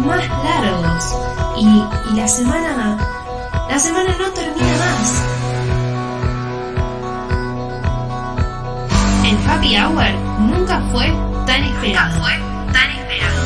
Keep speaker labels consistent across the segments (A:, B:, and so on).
A: más largos y, y la semana la semana no termina más. El happy hour nunca fue tan
B: Nunca
A: esperado.
B: fue tan esperado.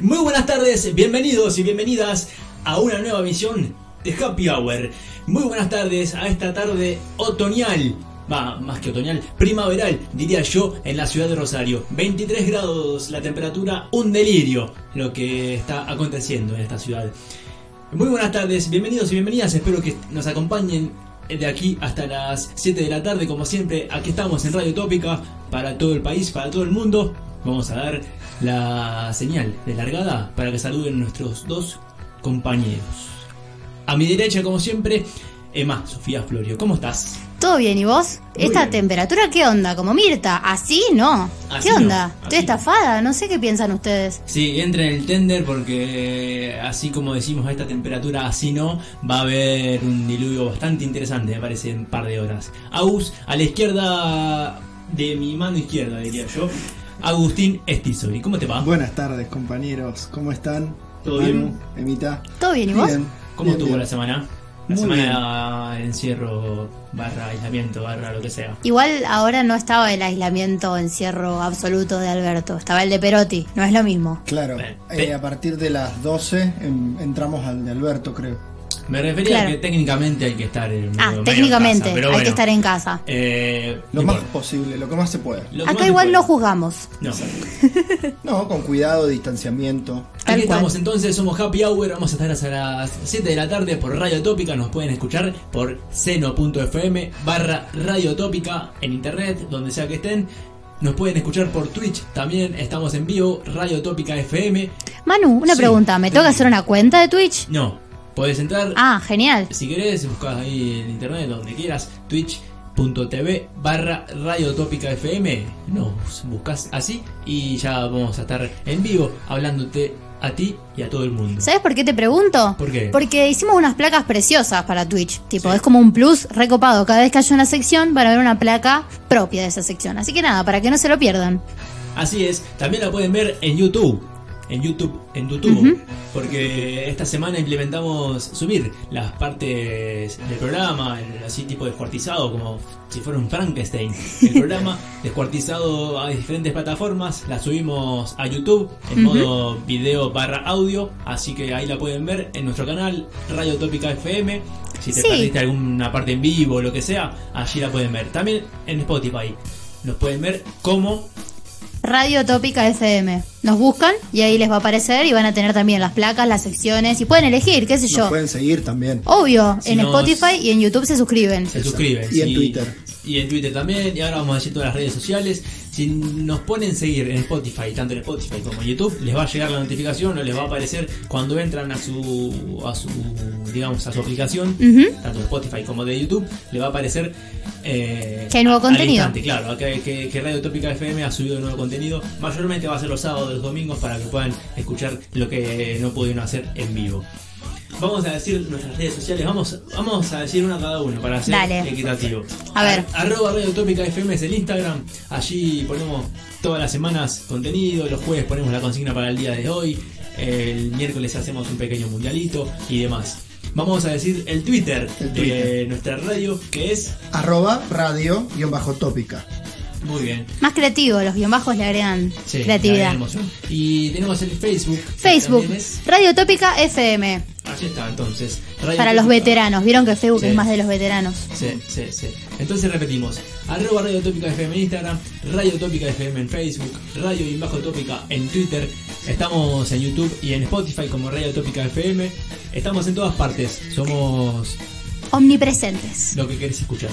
C: Muy buenas tardes, bienvenidos y bienvenidas a una nueva misión de Happy Hour. Muy buenas tardes a esta tarde otoñal, va, más que otoñal, primaveral, diría yo, en la ciudad de Rosario. 23 grados, la temperatura, un delirio lo que está aconteciendo en esta ciudad. Muy buenas tardes, bienvenidos y bienvenidas, espero que nos acompañen de aquí hasta las 7 de la tarde, como siempre, aquí estamos en Radio Tópica para todo el país, para todo el mundo. Vamos a dar la señal de largada para que saluden nuestros dos compañeros. A mi derecha, como siempre, Emma Sofía Florio. ¿Cómo estás?
D: ¿Todo bien y vos?
C: Muy
D: ¿Esta
C: bien.
D: temperatura qué onda? ¿Como Mirta? ¿Así no?
C: Así
D: ¿Qué
C: no,
D: onda?
C: así
D: Estoy
C: no.
D: estafada, no sé qué piensan ustedes.
C: Sí, entra en el tender porque eh, así como decimos a esta temperatura, así no, va a haber un diluvio bastante interesante, me parece, en un par de horas. Agus, a la izquierda de mi mano izquierda, diría yo, Agustín Estisori. ¿Cómo te va?
E: Buenas tardes, compañeros. ¿cómo están?
C: ¿Todo bien?
E: Manu, Emita.
D: ¿Todo bien y vos?
C: ¿Cómo
E: bien,
C: estuvo
E: bien.
C: la semana? La
E: Muy
C: semana de encierro, barra aislamiento, barra lo que sea.
D: Igual ahora no estaba el aislamiento o encierro absoluto de Alberto, estaba el de Perotti, no es lo mismo.
E: Claro,
C: Bueno,
E: eh,
C: te-
E: a partir de las 12 em, entramos al de Alberto, creo.
C: Me refería
D: Claro.
C: a que técnicamente hay que estar en
D: Ah,
C: medio en
D: técnicamente,
C: casa, pero
D: hay que
C: bueno,
D: estar en casa.
C: eh,
E: Lo
C: no
E: más
C: importa.
E: posible, lo que más se puede.
C: Lo que más
D: Acá
C: se
D: igual
C: puede.
D: no juzgamos.
C: No.
E: No, con cuidado, distanciamiento.
D: Tal
C: Aquí estamos
D: cual.
C: entonces, somos Happy Hour, vamos a estar hasta las 7 de la tarde por Radio Tópica, nos pueden escuchar por seno.fm barra Radio Tópica en internet, donde sea que estén. Nos pueden escuchar por Twitch, también estamos en vivo, Radio Tópica FM.
D: Manu, una
C: Sí,
D: pregunta, ¿me
C: te
D: toca
C: digo.
D: hacer una cuenta de Twitch?
C: No, podés entrar
D: Ah, genial.
C: Si querés, buscas ahí en internet, donde quieras, twitch.tv barra Radio Tópica FM. Nos buscas así y ya vamos a estar en vivo hablándote a ti y a todo el mundo.
D: ¿Sabes por qué te pregunto?
C: ¿Por qué?
D: Porque hicimos unas placas preciosas para Twitch. Tipo,
C: Sí.
D: es como un plus recopado. Cada vez que haya una sección, van a ver una placa propia de esa sección. Así que nada, para que no se lo pierdan.
C: Así es, también la pueden ver en YouTube. En YouTube, en YouTube, porque esta semana implementamos subir las partes del programa, el- así tipo descuartizado, como si fuera un Frankenstein. El programa descuartizado a diferentes plataformas, la subimos a YouTube en
D: Ujú.
C: modo video barra audio, así que ahí la pueden ver en nuestro canal Radio Tópica FM. Si te
D: Sí.
C: perdiste alguna parte en vivo o lo que sea, allí la pueden ver. También en Spotify. Nos pueden ver como
D: Radio Tópica FM. Nos buscan y ahí les va a aparecer y van a tener también las placas, las secciones y pueden elegir, qué sé
E: Nos
D: yo.
E: pueden seguir también.
D: Obvio,
C: Si
D: en
C: nos-
D: Spotify y en YouTube se suscriben.
C: se
E: Exacto.
C: suscriben.
E: Y en Twitter.
C: Y en Twitter también. Y ahora vamos a decir todas las redes sociales. Si nos ponen seguir en Spotify, tanto en Spotify como en YouTube, les va a llegar la notificación o les va a aparecer cuando entran a su, a su digamos, a su aplicación,
D: Ujú.
C: tanto de Spotify como de YouTube, le va a aparecer eh,
D: Que hay nuevo
C: a- al
D: contenido.
C: instante, claro, que, que- que Radio Tópica FM ha subido nuevo contenido. Mayormente va a ser los sábados, los domingos, para que puedan escuchar lo que no pudieron hacer en vivo. Vamos a decir nuestras redes sociales, vamos, vamos a decir una cada uno para ser
D: Dale.
C: equitativo.
D: A ver.
C: Ar- Arroba Radio Tópica FM es el Instagram. Allí ponemos todas las semanas contenido. Los jueves ponemos la consigna para el día de hoy. El miércoles hacemos un pequeño mundialito y demás. Vamos a decir el Twitter,
E: El
C: de
E: Twitter.
C: nuestra radio, que es.
E: Arroba radio guión bajo tópica.
C: Muy bien.
D: Más creativo, los guión bajos le agregan
C: Sí, la
D: creatividad.
C: emoción. Y tenemos el Facebook. que
D: Facebook,
C: también es-
D: Radio Tópica FM.
C: Allí está, entonces. Radio
D: Para los
C: Tópica.
D: veteranos, vieron que Facebook
C: Sí.
D: es más de los veteranos.
C: Sí, sí, sí. Entonces repetimos, arroba Radio Tópica FM en Instagram, Radio Tópica FM en Facebook, Radio y Bajo Tópica en Twitter, estamos en YouTube y en Spotify como Radio Tópica FM, estamos en todas partes, somos
D: Omnipresentes.
C: lo que querés escuchar.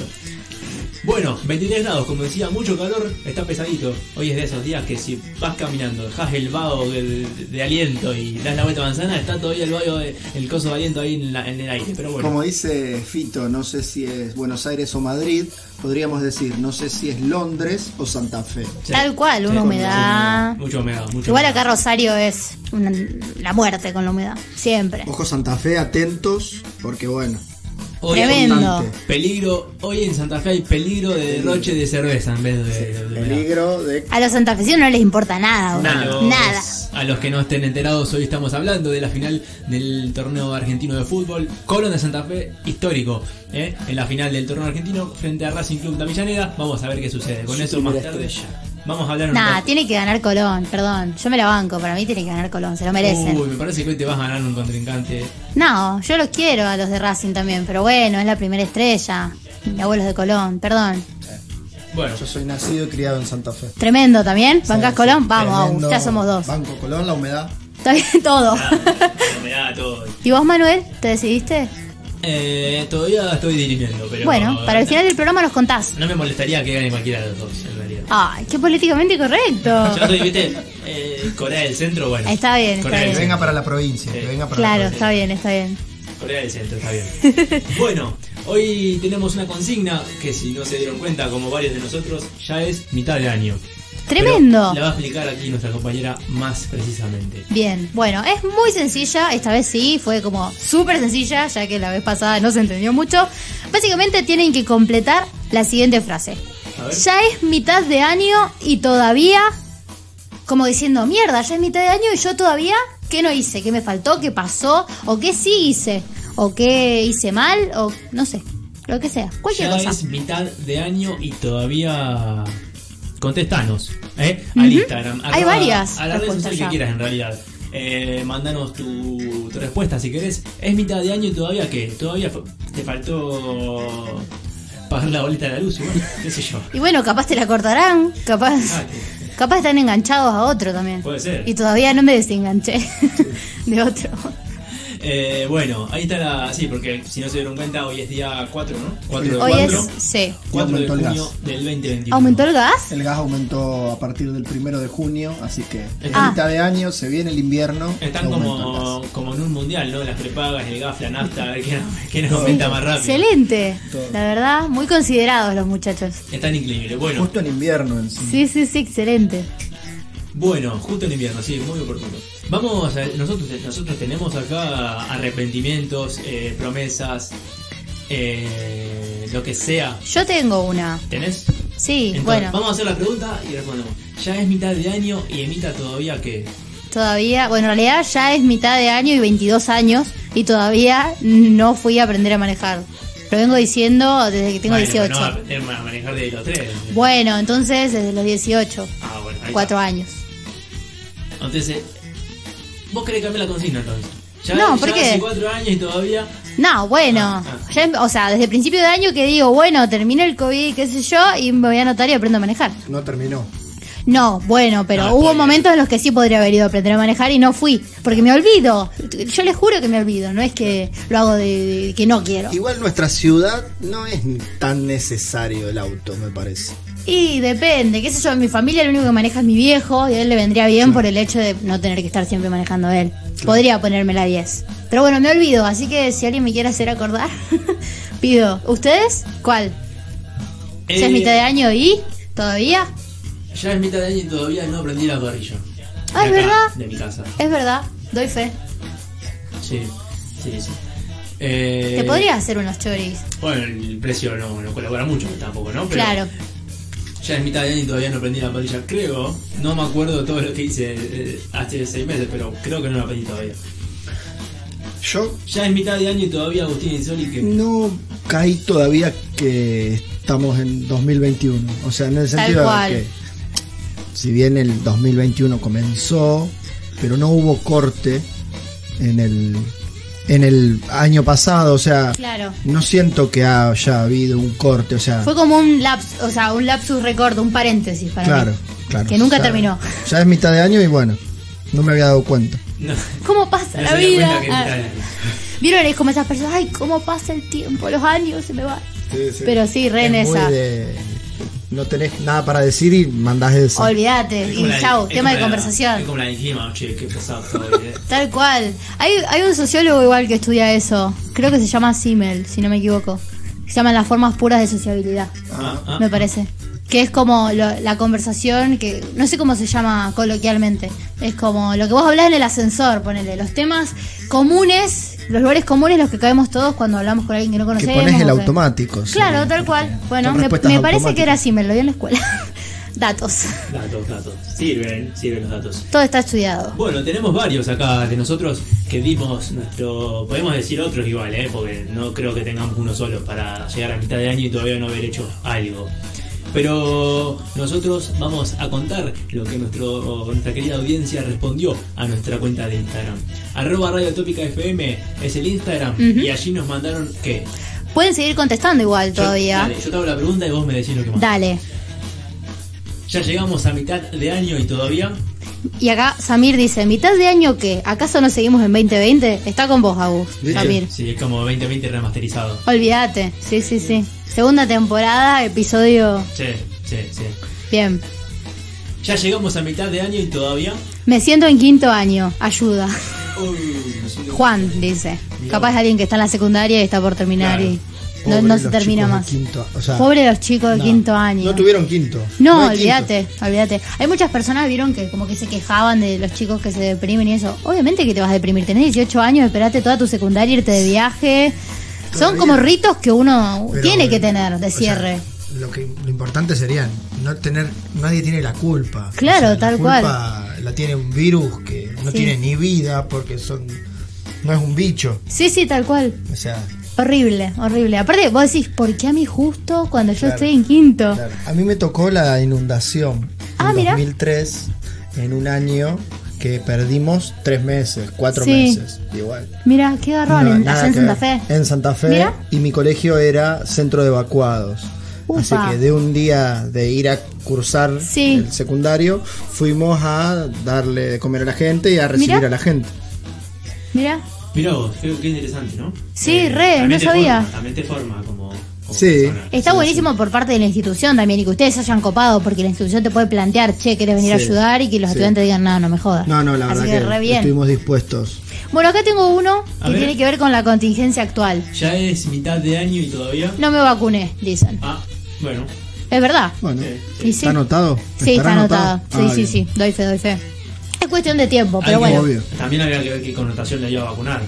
C: Bueno, 23 grados, como decía, mucho calor, está pesadito. Hoy es de esos días que si vas caminando, dejas el vago de, de- de aliento y das la vuelta a manzana, está todavía el vago, de- el coso de aliento ahí en, la- en el aire. Pero bueno,
E: Como dice Fito, no sé si es Buenos Aires o Madrid, podríamos decir, no sé si es Londres o Santa Fe.
C: sí.
D: Tal cual, una
C: Sí,
D: humedad.
C: Mucho humedad, mucho
D: Igual
C: humedad.
D: acá Rosario es una- la muerte con la humedad. Siempre.
E: Ojo Santa Fe, atentos, porque bueno,
C: Hoy
D: Tremendo.
C: hay Peligro, hoy en Santa Fe hay peligro de derroche de cerveza en vez de. de- de-
E: Peligro de.
D: A los santafesinos no les importa nada, boludo.
C: A los-
D: Nada.
C: A los que no estén enterados, hoy estamos hablando de la final del torneo argentino de fútbol. Colón de Santa Fe, histórico. ¿eh? En la final del torneo argentino, frente a Racing Club de Avellaneda. Vamos a ver qué sucede. Con
E: Su
C: eso más
E: primera
C: tarde.
E: estrella.
C: Vamos a hablar un
D: Nah,
C: rato.
D: tiene que ganar Colón, perdón. Yo me la banco, para mí tiene que ganar Colón, se lo merecen.
C: Uy, me parece que hoy te vas a ganar un contrincante.
D: No, yo los quiero a los de Racing también, pero bueno, es la primera estrella. Mi abuelo es de Colón, perdón.
C: Bueno,
B: Yo soy nacido y criado en Santa Fe.
D: Tremendo también. ¿Bancás
B: Sí,
D: Colón?
B: sí,
D: Vamos, Agus,
B: tremendo.
D: ya somos dos.
B: Banco Colón, la humedad.
D: Está bien todo.
C: me da todo.
D: ¿Y vos, Manuel? ¿Te decidiste?
C: Eh, todavía estoy dirigiendo, pero.
D: bueno, para el final del programa nos contás.
C: No me molestaría que gane cualquiera de los dos, en realidad.
D: Ay, qué políticamente correcto.
C: Yo soy, viste, eh, Corea del Centro, bueno.
D: Está bien, está
C: Corea del
D: bien.
B: Que
C: Centro.
B: venga para la provincia. Que
C: Sí.
B: venga para
D: Claro,
B: la
D: está bien, está bien.
C: Corea del Centro, está bien. bueno, hoy tenemos una consigna que si no se dieron cuenta, como varios de nosotros, ya es mitad de año.
D: Tremendo.
C: Pero la va a explicar aquí nuestra compañera más precisamente.
D: Bien, bueno, es muy sencilla, esta vez sí, fue como súper sencilla, ya que la vez pasada no se entendió mucho. Básicamente tienen que completar la siguiente frase.
C: A ver.
D: Ya es mitad de año y todavía, como diciendo, mierda, ya es mitad de año y yo todavía, ¿qué no hice? ¿Qué me faltó? ¿Qué pasó? ¿O qué sí hice? ¿O qué hice mal? ¿O no sé? Lo que sea, cualquier
C: ya
D: cosa.
C: es mitad de año y todavía. Contestanos, ¿eh? Al Instagram.
D: Hay
C: arroba-
D: varias
C: A la red
D: respuestas
C: social que
D: ya.
C: quieras, en realidad. Eh, mandanos tu, tu respuesta si querés. ¿Es mitad de año y todavía qué? Todavía fa- te faltó. pagar la boleta de la luz, y bueno, qué sé yo.
D: Y bueno, capaz te la cortarán, capaz,
C: Ah, que-
D: capaz están enganchados a otro también.
C: Puede ser.
D: Y todavía no me desenganché de otro.
C: Eh, bueno, ahí está la. Sí, porque si no se dieron cuenta, hoy es día 4, ¿no? 4 de
D: Hoy
C: junio.
D: es, sí.
C: 4 de
E: Aumentó el
C: junio
E: gas.
C: del 2021.
D: ¿Aumentó el gas?
E: El gas aumentó a partir del primero de junio, así que en
D: Ah.
E: mitad de año se viene el invierno.
C: Están
E: aumentó el
C: como,
E: gas.
C: como en un mundial, ¿no? Las prepagas, el gas, la nafta, a ver quién, quién aumenta más rápido.
D: Excelente. La verdad, muy considerados los muchachos.
C: Están increíbles. Bueno,
E: Justo en invierno en sí.
D: Sí, sí, sí, excelente.
C: bueno, justo en invierno, sí, muy oportuno. Vamos, a- nosotros, nosotros tenemos acá arrepentimientos, eh, promesas, eh, lo que sea.
D: Yo tengo una.
C: ¿Tenés?
D: Sí,
C: Entonces,
D: bueno,
C: Vamos a hacer la pregunta y respondemos. Ya es mitad de año y Emita todavía que...
D: todavía, bueno, en realidad ya es mitad de año y 22 años y todavía no fui a aprender a manejar. Lo vengo diciendo desde que tengo
C: Bueno,
D: 18.
C: No, va a aprender a manejar de los tres.
D: Bueno, entonces desde los 18,
C: Ah, bueno. ahí está.
D: 4 años.
C: Entonces, eh, vos querés cambiar la consigna entonces. Ya, ya
D: No, ¿por qué?
C: hace cuatro años y todavía...
D: No, bueno,
C: Ah, ah.
D: ya em- o sea, desde el principio de año que digo, bueno, termina el COVID, qué sé yo, y me voy a anotar y aprendo a manejar.
B: No terminó.
D: No, bueno, pero
C: No,
D: hubo
C: spoiler.
D: momentos en los que sí podría haber ido a aprender a manejar y no fui, porque me olvido. Yo les juro que me olvido, no es que lo hago de, de- que no quiero.
B: Igual nuestra ciudad no es tan necesario el auto, me parece.
D: Y depende, qué sé yo, en mi familia lo único que maneja es mi viejo y a él le vendría bien por el hecho de no tener que estar siempre manejando él. Podría ponerme la 10. Pero bueno, me olvido, así que si alguien me quiere hacer acordar, pido. ¿Ustedes? ¿Cuál? ¿Ya
C: Eh,
D: es mitad de año y todavía?
C: Ya es mitad de año y todavía no aprendí la parrilla.
D: Ah,
C: De acá,
D: es verdad.
C: De mi casa.
D: Es verdad, doy fe.
C: Sí, sí, sí. Eh,
D: Te podría hacer unos choris.
C: Bueno, el precio no, no colabora mucho tampoco, ¿no? Pero
D: Claro.
C: Ya es mitad de año y todavía no aprendí la parrilla, creo. No me acuerdo todo lo que hice eh, hace seis meses, pero creo que no la aprendí todavía.
B: Yo
C: Ya es mitad de año y todavía Agustín Insoli que...
B: no caí todavía que estamos en 2021. O sea, en
D: Tal
B: el sentido
D: cual.
B: de que si bien el 2021 comenzó, pero no hubo corte en el en el año pasado, o sea,
D: Claro.
B: no siento que haya habido un corte, o sea,
D: Fue como un laps, o sea, un lapsus record, un paréntesis para
B: claro,
D: mí.
B: claro.
D: Que nunca
B: Ya-
D: terminó.
B: Ya es mitad de año y bueno, no me había dado cuenta.
C: No,
D: ¿Cómo pasa
C: no
D: la
C: se dio
D: vida?
C: cuenta que es mitad
D: Ah.
C: de año.
D: Vieron, es como esas personas, ay, cómo pasa el tiempo, los años se me van. Pero sí, re en
B: Es muy
D: esa.
B: de- no tenés nada para decir y mandás esa.
D: Olvídate,
C: Es como la-
D: y chau,
C: es
D: tema
C: como
D: de
C: la-
D: conversación.
C: Es como la del clima, che, qué pesado estoy, eh.
D: Tal cual. Hay, hay un sociólogo igual que estudia eso. Creo que se llama Simmel, si no me equivoco. Se llaman las formas puras de sociabilidad,
C: Ah, ah.
D: me parece. Que es como lo- la conversación que no sé cómo se llama coloquialmente. Es como lo que vos hablás en el ascensor, ponele los temas comunes los lugares comunes los que caemos todos cuando hablamos con alguien que no
B: Que
D: conocemos.
B: pones el
D: o que-
B: automático. sí,
D: Claro, tal
B: porque
D: cual.
B: son
D: Bueno, me,
B: respuestas
D: me parece
B: automáticas.
D: que era así, me lo dio en la escuela. Datos.
C: Datos, datos. Sirven, sirven los datos.
D: Todo está estudiado.
C: Bueno, tenemos varios acá de nosotros que dimos nuestro. Podemos decir otros igual, ¿eh? porque no creo que tengamos uno solo para llegar a mitad de año y todavía no haber hecho algo. Pero nosotros vamos a contar lo que nuestro, nuestra querida audiencia respondió a nuestra cuenta de Instagram. Arroba Radio Tópica FM es el Instagram y allí nos mandaron que.
D: Pueden seguir contestando igual todavía.
C: Yo, te hago la pregunta y vos me decís lo que más.
D: Dale.
C: Ya llegamos a mitad de año y todavía.
D: Y acá Samir dice, ¿mitad de año qué? ¿Acaso no seguimos en 2020? Está con vos, Agus.
B: ¿Viste?
D: Samir.
C: Sí, es como 2020 remasterizado.
D: Olvídate. Sí, sí, sí. Segunda temporada, episodio...
C: Sí, sí, sí.
D: Bien.
C: Ya llegamos a mitad de año y todavía.
D: Me siento en quinto año. Ayuda.
C: Uy,
D: Juan dice.
C: Mirá.
D: Capaz es alguien que está en la secundaria y está por terminar
C: Claro.
D: y no,
B: Pobre
D: no se
B: los
D: termina
B: chicos de
D: más.
B: quinto, o sea,
D: Pobre los chicos de
B: no,
D: quinto año.
B: No tuvieron quinto.
D: No,
B: hay quinto.
D: olvídate, olvídate. Hay muchas personas vieron que como que se quejaban de los chicos que se deprimen y eso. Obviamente que te vas a deprimir. Tenés 18 años, esperate toda tu secundaria, irte de viaje. Son
B: Todavía.
D: como ritos que uno
B: Pero,
D: tiene que
B: eh,
D: tener
B: o
D: de
B: sea,
D: cierre.
B: lo que lo importante serían no tener nadie tiene la culpa.
D: Claro,
B: la
D: tal
B: culpa
D: cual.
B: La tiene un virus que no
D: Sí.
B: tiene ni vida porque son no es un bicho,
D: Sí, sí, tal cual.
B: o sea,
D: Horrible, horrible. Aparte, vos decís, ¿por qué a mí justo cuando yo
B: Claro,
D: estoy en quinto?
B: claro. a mí me tocó la inundación
D: Ah,
B: en
D: mira.
B: 2003 en un año que perdimos tres meses, cuatro
D: Sí.
B: meses, igual.
D: Mira, qué garrón,
B: No,
D: en,
B: nada
D: allá en
B: que
D: Santa Fe.
B: ver. En Santa Fe.
D: Mirá.
B: Y mi colegio era centro de evacuados. Así
D: Ufa.
B: que de un día de ir a cursar
D: Sí.
B: el secundario, fuimos a darle de comer a la gente y a recibir
D: Mirá.
B: a la gente.
D: Mira,
C: Mirá vos, qué, qué interesante, ¿no? Eh,
D: Sí, re,
C: también
D: no
C: te
D: sabía.
C: forma, también te forma como. como
B: Sí.
C: persona.
D: está buenísimo por parte de la institución también y que ustedes se hayan copado porque la institución te puede plantear, che, querés venir
B: Sí,
D: a ayudar y que los
B: sí.
D: estudiantes digan, no, no me jodas.
B: No, no, la
D: Ah, Así
B: verdad
D: que,
B: que,
D: re bien.
B: estuvimos dispuestos.
D: Bueno, acá tengo uno
C: A
D: que
C: ver.
D: tiene que ver con la contingencia actual.
C: Ya es mitad de año y todavía.
D: No me vacuné, dicen.
C: Ah, bueno.
D: Es verdad.
B: Bueno,
C: Sí, sí.
D: Y sí.
B: ¿está anotado?
D: Sí, está
B: ¿Estará
D: anotado. Sí,
B: Ah,
D: sí,
B: bien.
D: sí. Doy fe, doy fe. Es cuestión de tiempo, pero
C: Hay que-
D: bueno.
B: obvio.
C: También había que ver qué connotación le iba a vacunar.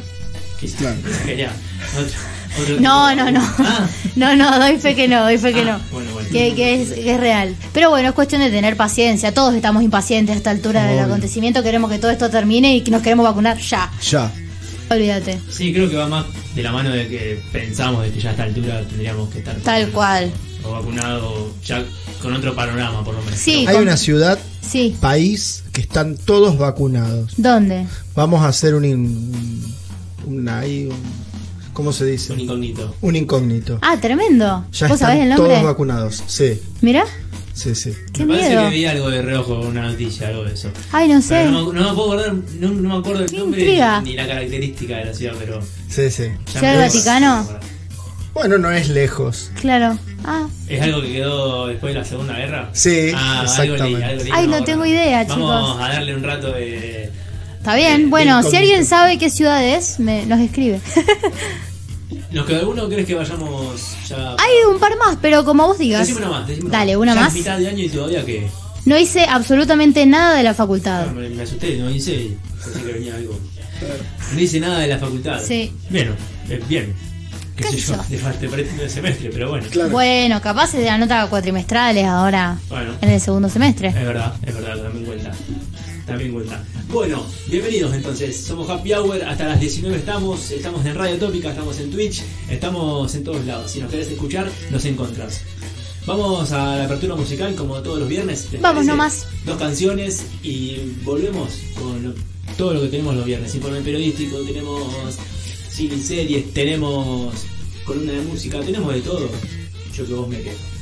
C: Quizás.
B: Claro.
C: Genial. Otro- otro
D: No,
C: tipo.
D: no, no.
C: Ah,
D: No, no, doy fe que no, doy fe que
C: Ah,
D: no.
C: bueno, bueno.
D: Que, que es, que es real. Pero bueno, es cuestión de tener paciencia. Todos estamos impacientes a esta altura del
B: Obvio.
D: acontecimiento. Queremos que todo esto termine y que nos queremos vacunar ya.
B: Ya.
D: Olvídate.
C: sí, creo que va más de la mano de que pensamos de que ya a esta altura tendríamos que estar.
D: Tal cual.
C: O vacunado ya con otro panorama, por lo menos.
D: Sí. Y
B: Hay
D: con-
B: una ciudad,
D: Sí.
B: país, que están todos vacunados.
D: ¿Dónde?
B: Vamos a hacer un... in- un- ahí un- ¿Cómo se dice?
C: Un incógnito.
B: Un incógnito.
D: Ah, tremendo.
B: Ya
D: ¿Vos sabés el
B: están
D: nombre?
B: todos vacunados. Sí,
D: Mirá.
B: sí, sí.
D: Qué
C: me parece
D: miedo.
C: que vi algo de reojo, una noticia, algo de eso.
D: Ay, no sé.
C: Pero no, me- no me puedo acordar, no, no me acuerdo
D: Qué
C: el nombre
D: intriga.
C: ni la característica de la ciudad, pero.
B: Sí, sí.
C: ya
D: ¿Ciudad
C: me-
D: del Vaticano?
B: Bueno, no es lejos.
D: Claro. Ah,
C: ¿Es algo que quedó después de la Segunda Guerra?
B: Sí,
C: ah,
B: exactamente.
C: Algo leí, algo leí,
D: Ay,
C: me
D: no
C: acuerdo.
D: tengo idea,
C: Vamos
D: chicos.
C: a darle un rato de. Eh,
D: está bien. Bueno, si
B: incógnito.
D: alguien sabe qué ciudad es, me, nos escribe.
C: ¿Nos queda alguno? ¿Crees que vayamos ya.?
D: Hay un par más, pero como vos digas.
C: Decime una más. decime
D: Dale, una
C: Ya
D: más.
C: Es mitad de año y todavía que.
D: No hice absolutamente nada de la facultad.
C: Me, me asusté, no hice. Pensé que venía algo. No hice nada de la facultad.
D: Sí.
C: Bueno, eh, bien. ¿Qué,
D: ¿Qué
C: sé
D: sé
C: yo?
D: yo?
C: Te falté el semestre, pero bueno.
D: Bueno, capaz se anota cuatrimestrales ahora
C: Bueno.
D: en el segundo semestre.
C: Es verdad, es verdad, también cuenta. También cuenta. Bueno, bienvenidos entonces. Somos Happy Hour, hasta las 19 estamos, estamos en Radio Tópica, estamos en Twitch, estamos en todos lados. Si nos querés escuchar, nos encontrás. Vamos a la apertura musical como todos los viernes. ¿les
D: Vamos
C: parece?
D: nomás.
C: Dos canciones y volvemos con lo- todo lo que tenemos los viernes. Informe periodístico, tenemos cine y series, tenemos columna de música, tenemos de todo. Yo que vos me quedo.